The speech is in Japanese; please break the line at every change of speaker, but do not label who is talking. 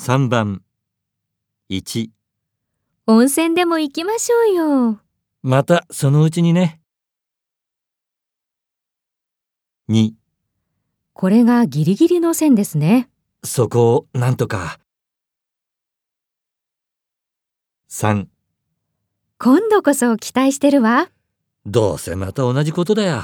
3番1
温泉でも行きましょうよ。
またそのうちにね2
これがギリギリの線ですね。
そこをなんとか3
今度こそ期待してるわ。
どうせまた同じことだよ